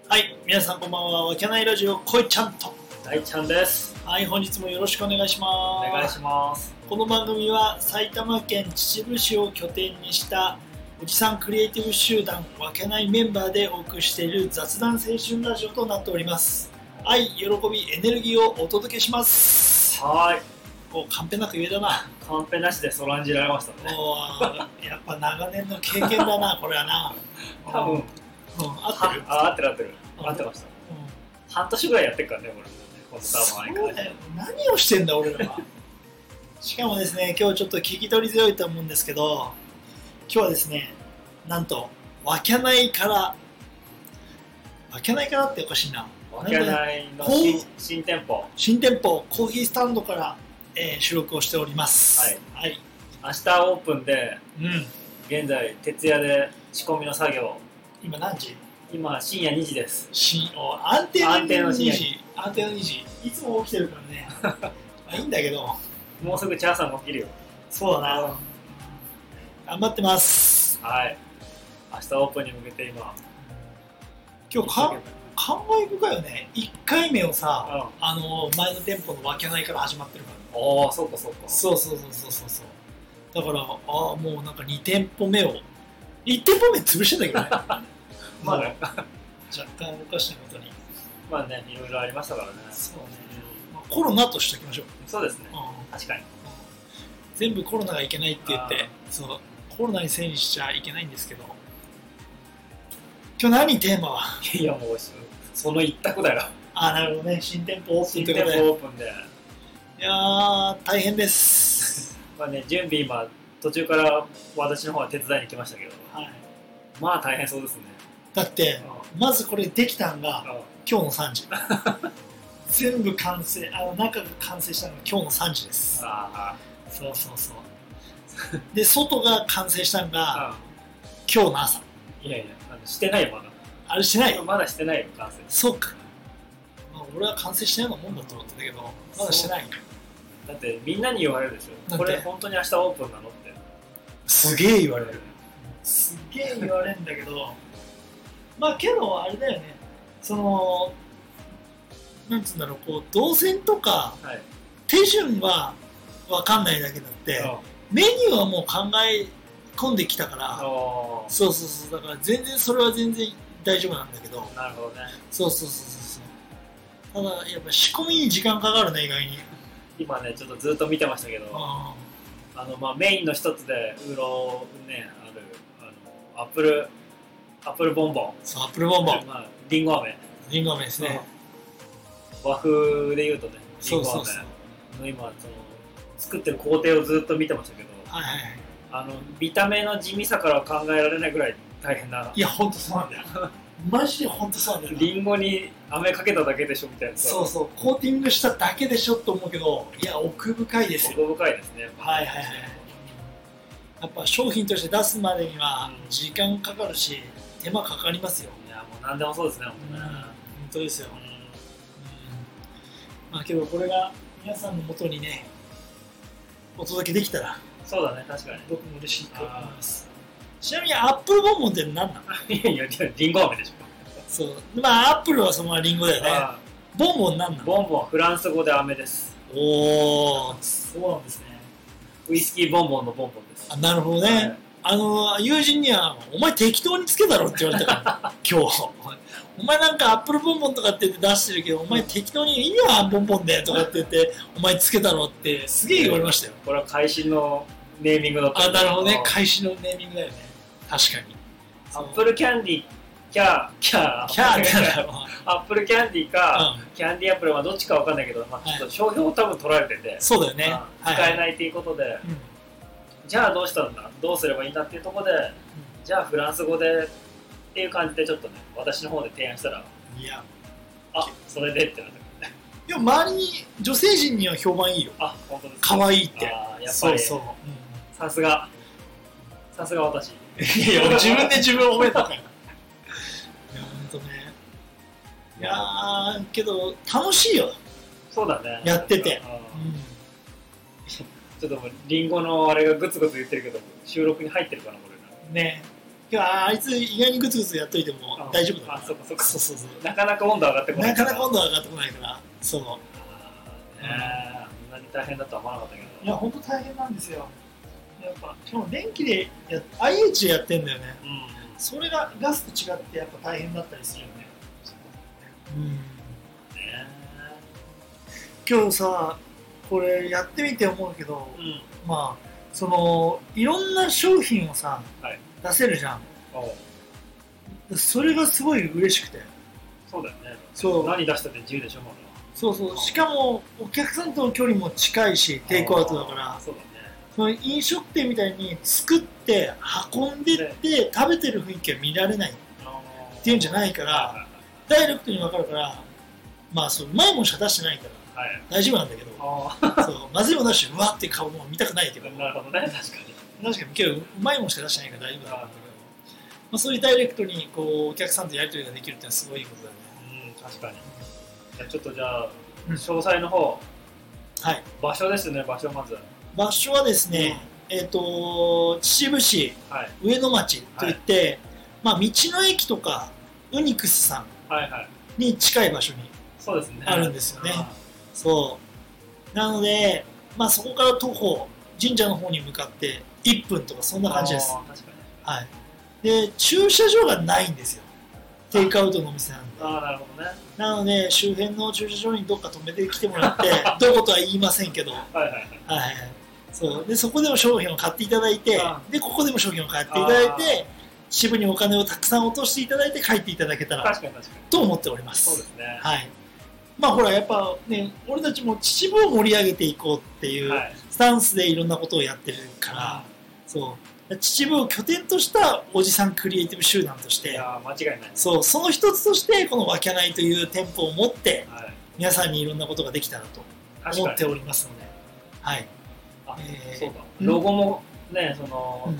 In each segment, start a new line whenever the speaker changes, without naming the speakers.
こんばんは。わけないラジオ、こいちゃんと。
大ちゃんです。
はい、本日もよろしくお願いし
お
ます。
願いします。
この番組は埼玉県秩父市を拠点にしたおじさんクリエイティブ集団わけないメンバーでお送りしている雑談青春ラジオとなっております。愛、喜び、エネルギーをお届けします。
は
もうカンペなく言えだな。
ーい。カンペなしでそらんじられましたね。
もう、やっぱ長年の経験だな、これはな。
多
う
分、
ん、合って
は
る。
あ、合ってる合ってる。
うん
合ってまし
う
た。
ん
半年ぐらいやってっからね、これ。このターンは相変
そ
わ
う
らず
だよ何をしてんだ俺ら はしかもですね今日ちょっと聞き取り強いと思うんですけど今日はですねなんと「わけないから」「わけないから」っておかしいな
わけ
なんか
ないの
こう
新新店舗。
新店舗コーヒースタンドから、えー収録をしております
はい、
はい
明日オープンで、
うん、
現在、徹夜で仕込みの作業。
今何時
今、深夜2時です。
しお安定の
安定の
2
深夜
時安定の2時いつも起きてるから ねまあいいんだけど
もうすぐチャーさんも起きるよ。
そうだな頑張ってます
はい。明日オープンに向けて今。
今日か感慨深いよね1回目を
う
さ
ん。
あの前の店舗のわけないから始まってるから
ああ、そうかそうか。
そうそうそうそうそうそうだからああもうなんか2店舗目を1店舗目潰してんだけどね
まあ
もう
ね、
若干おかしなことに
まあね、いろいろありましたからね。
そうね、まあコロナとしておきましょう、
そうですね
う。んうん
確かに。
全部コロナがいけないって言っ
あ
て
あ
そうコロナに遷移しちゃいけないんですけど今日何テーマはい
やもうその一択だよ
ああなるほどね新店舗オープン
新
とい
店
うことで
舗オープンで、
いやー大変です
まあね、準備今途中から私の方は手伝いに来ましたけど
はい、
まあ大変そうですね
だってまずこれできたんが今日の3時全部完成あの中が完成したのが今日の3時です
あ
そうそうそうで外が完成したのが
あ
今日の朝
いやいやあのしてないよまだ、
あれしない
まだしてないよ完成
そうか、まあ、俺は完成しないようなもんだと思ってたけどまだしてない
だってみんなに言われるでし
なんて
ょこれ本当に明日オープンなのって
すげえ言
言
すげえ言われるんだけどまあけどあれだよねそのなんつうんだろうこう動線とか
はい
手順は分かんないだけだって、
うん
メニューはもう考え込んできたから、
お
そうそうそう、だから全然それは全然大丈夫なんだけど、
ーなるほどね
そうそうそうそうそう。ただ、やっぱ仕込みに時間かかるね、意外に。
今ねちょっとずっと見てましたけど
あ
あのまあメインの一つでウーロンねあるあのアップルアップルボンボン
ーそう、アップルボンボン、
まあ、リンゴ飴
リンゴ飴ですね。
和風で言うとねリ
そ
ン
う
ゴ
そ
飴
うそう。
の今その作ってる工程をずっと見てましたけど
はいはいはい。
あの見た目の地味さからは考えられないぐらい大変ない
や、ほんとそうなんだよ。 マジでほんとそうなんだよな。
リンゴに飴かけただけでしょみたいな
そうそう、コーティングしただけでしょって思うけど、いや、奥深いですよ。
奥深いですね
はいはいはい。やっぱ商品として出すまでには時間かかるし、手間かかりますよ。
いやもう何でもそうですね本当ね
本当ですよ、まあけどこれが皆さんのもとにねお届けできたら
そうだね確か
僕も嬉しいと思いますちなみにアップルボンボンって何なの
にいやいやリンゴ飴でし
そうまあアップルはそのままリンゴだ
ょ、
よね
あ
ボンボン何な
ー
の
ボンボンフランス語で飴です
おおそうなんですね
ウイスキーボンボンのボンボンです
あなるほどね、
はい
あの友人には「お前適当につけだろ」って言われたから 今日「お前なんかアップルボンボンとかって言って出してるけどお前適当にいいやボンボンで」とかって言って「お前つけだろ」ってすげえ言われましたよ
これは会心のネーミングだった
あなるほどね
あー
開始のネーミングだよね確かに
アップルキャンディキャーキャー
キャーって なんだ
ー
ろう
アップルキャンディか、
うん
キャンディアップルはどっちかわかんないけど、まあ、ちょっと商標を多分取られてて、
そうだよね
まあ使え
い、
ないということで、
うんうん
じゃあどうしたんだどうすればいいんだっていうところでじゃあフランス語でっていう感じでちょっとね私の方で提案したら
いや
あそれでってなった
でも周りに女性陣には評判いいよ
あ本当です
可愛いって
あーやっぱ
そう
り
そう、
さすがさすが私
いやいや自分で自分を褒めたからいや本当ねいやーけど楽しいよ、
そうだね
やってて
あー
うん
ちょっともうリンゴのあれがグツグツ言ってるけど収録に入ってるかなこれな
ねいやあいつ意外にグツグツやっといても大丈夫だ
あそっかそっか
そうそうそう
なかなか温度上がってこない
なかなか
温
温度は上がってこないからそう
度ねあんなに大変だとは思わなかったけ
い
ど
や本当大変なんですよやっぱ今日電気でやっ IH でやってんだよね
うん
それがガスと違ってやっぱ大変だったりするよねうん
ね
今日さこれやってみて思うけど、
うん
まあそのいろんな商品をさ、
はい
出せるじゃん
おう
それがすごい嬉しくて
そうだよね
そう
何出したって自由でしょもう
そうそうしかもお客さんとの距離も近いしテイクアウトだから
そうだね
その飲食店みたいに作って運んでって食べてる雰囲気は見られないっていうんじゃないからダイレクトに分かるからまあそううまいもんしか出してないから
はいはい
大丈夫なんだけど
あ
そうまずいもん出してうわって顔も見たくないけど
あなるほどね確かに
確かに今日うまいもんしか出してないから大丈夫だなと思ったけど、まあ、そういうダイレクトにこうお客さんとやり取りができるってのはすごいいいことだよね
うん確かにじゃあちょっとじゃあ
うん
詳細の方
はい
場所ですね場所まずは
場所はですね、えっ、と秩父市
い
上野町といって、まあ道の駅とかウニクスさん
はいはい
に近い場所に
そうですね
あるんですよねそうなのでまあそこから徒歩神社の方に向かって1分とかそん
こ
な感じです
確かに
はいで駐車場がないんですよテイクアウトのお店なんで
ああなるほどね
なので周辺の駐車場にどっか止めてきてもら ってどことは言いませんけど、はい
はいはいはい
そうでそこでも商品を買っていただいて
あ
でここでも商品を買っていただいて支部にお金をたくさん落としていただいて帰っていただけたら
確かに確かに
と思っておりま。
そうですすね
はいまあほらやっぱね俺たちも秩父を盛り上げていこうっていう
はい
スタンスでいろんなことをやってるから、そう秩父を拠点としたおじさんクリエイティブ集団とし
い
て
やー間違いない
そうその一つとしてこのわきゃないという店舗を持って
はい
皆さんにいろんなことができたらと
確
思
か
って
に
おりますので、はい、
あ
えー
そうだ
うん
ロゴもねそうの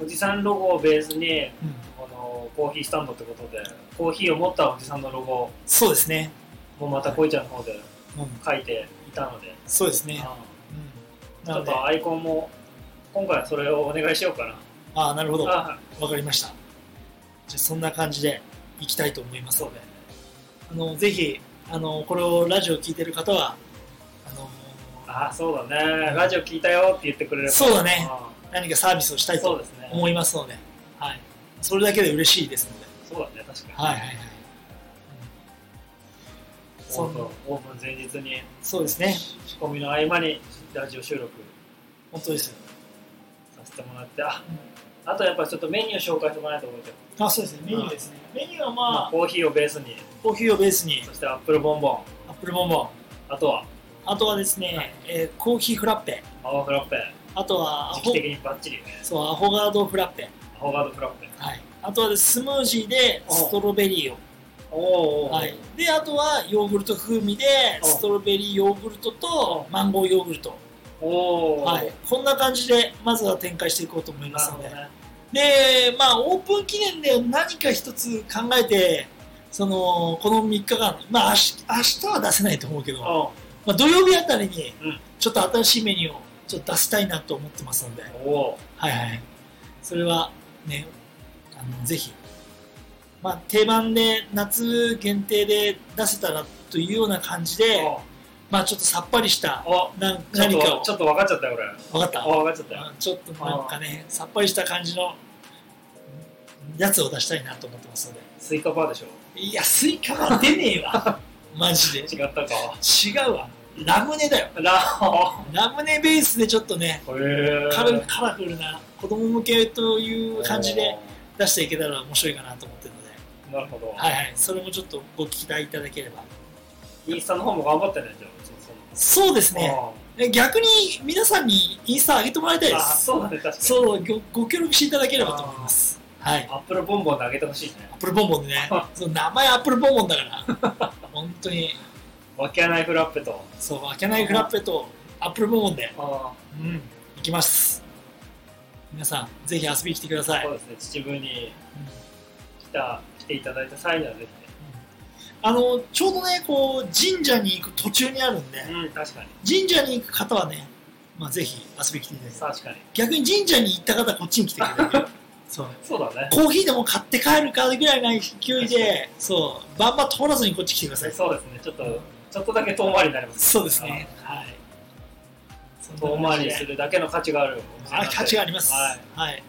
ん
おじさんロゴをベースに
うん
このコーヒースタンドってことでコーヒーを持ったおじさんのロゴ
そうですね、
もまたこいちゃんの方で
うん、
書いていたので
そうですね、
あ
うん、
ーち
な
ょ
の
っ
で、
とアイコンも今回はそれをお願いしようかな
ああ、なるほど、わ
あ
かりました。じゃあ、そんな感じでいきたいと思います
そう
のであ
だよ、ね
のぜひあの、これをラジオ聞いてる方は、あの
あーそうだねラジオ聞いたよって言ってくれれば
そうだね
あ
何かサービスをした
ー
い
そう
と
ですね
思いますので、はい、それだけで嬉しいですので、
そうだね確かに
はいはいはい。うんそ
オー
ん
プンオープン前日に
そうですね、
仕込みの合間にラジオ収録
本当ですよ。
させてもらってああとやっぱちょっとメニュー紹介しておかないと思うけど、
あ、そうですね、メニューですね。メニューはま
まあ、
あ、
コーヒーをベースに
コーヒーをベースに
そしてアップルボンボン
アップルボンボン
あとは
あとはですね、
はい
えーコーヒーフラッペ
アワーフラッペ
あとはア
時
ホ
期的にバッチリ
そうアホガードフラッペ、
アホガードフラッペ
はい、あとはですスムージーで
お
ストロベリーを
おおお
はい、であとはヨーグルト風味で
お
ストロベリーヨーグルトとマンゴーヨーグルト、
おお
はい、こんな感じでまずは展開していこうと思いま
な
す
る
の
ほ
で、
どね
でまあオープン記念で何か一つ考えてそのこの3日間まあ明日明日は出せないと思うけどまあ、土曜日あたりに
うん
ちょっと新しいメニューをちょっと出したいなと思ってますので、
おお
はいはい、それはねあのぜひ、まあ、定番で夏限定で出せたらというような感じで、まあ、ちょっとさっぱりした
お
なん
ちょっ
何か
と
を
ちょっと分かっちゃったよ俺
分かった
あ分かっちゃったよ
あちょっとなんかねさっぱりした感じのやつを出したいなと思ってますので
スイカバーでしょ
いやスイカが出ねえわ マジで違
違ったか
うわラムネだよ
ラ
ラムネベースでちょっとね
オへえ
カラカラフルな子供向けという感じで出していけたら面白いかなと思ってるので、
なるほど
はいはい、それもちょっとご期待いただければ
インスタの方も頑張ってねじゃあそその
そうですね
あ
逆に皆さんにインスタ上げてもらいたい
ー
で
あー
す
そうだね確かに
そうごご協力していただければと思いますはい
アップルボンボンであげてほしいね
アップルボンボン でねその名前アップルボンボンだから本当に
わけないフラッペと
そう開けないフラッペとアップルボンボンで
あ
うんいきます皆さんぜひ遊びに来てくだ
あ
さい、
そうですね秩父に
うん
来た来ていただいた際にはぜ
あのちょうどねこう神社に行く途中にあるんで
ひねうん確かに
神社に行く方はね、まあ、ぜひ遊びに来ていただきたい
確かに
逆に神社に行った方はこっちに来てくれる そう
そうだね。
コーヒーでも買って帰るかぐらいな勢いでそうバンバン通らずにこっち来てください
そうですね。ちょっと、ちょっとだけ遠回りになります。
そうですねはいそんな
遠
感
回
じ
り
です
るだけの価値があるお店
あ価値があります
は。
はい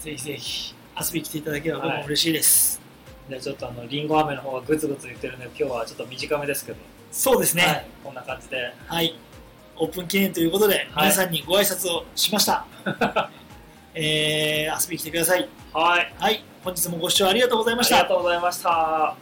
い、ぜひぜひ遊びに来ていただければ僕も嬉しいです、
で、ちょっとあの、りんご飴の方がグツグツ言ってるんで、今日はちょっと短めですけど、
そうですね
は
はい、
い、こんな感じで、
オープン記念ということで、
はい
皆さんにご挨拶をしま した、えー、遊びに来てください
はい、
はい本日もご視聴ありがとうございまし
あり
た
がとうございました。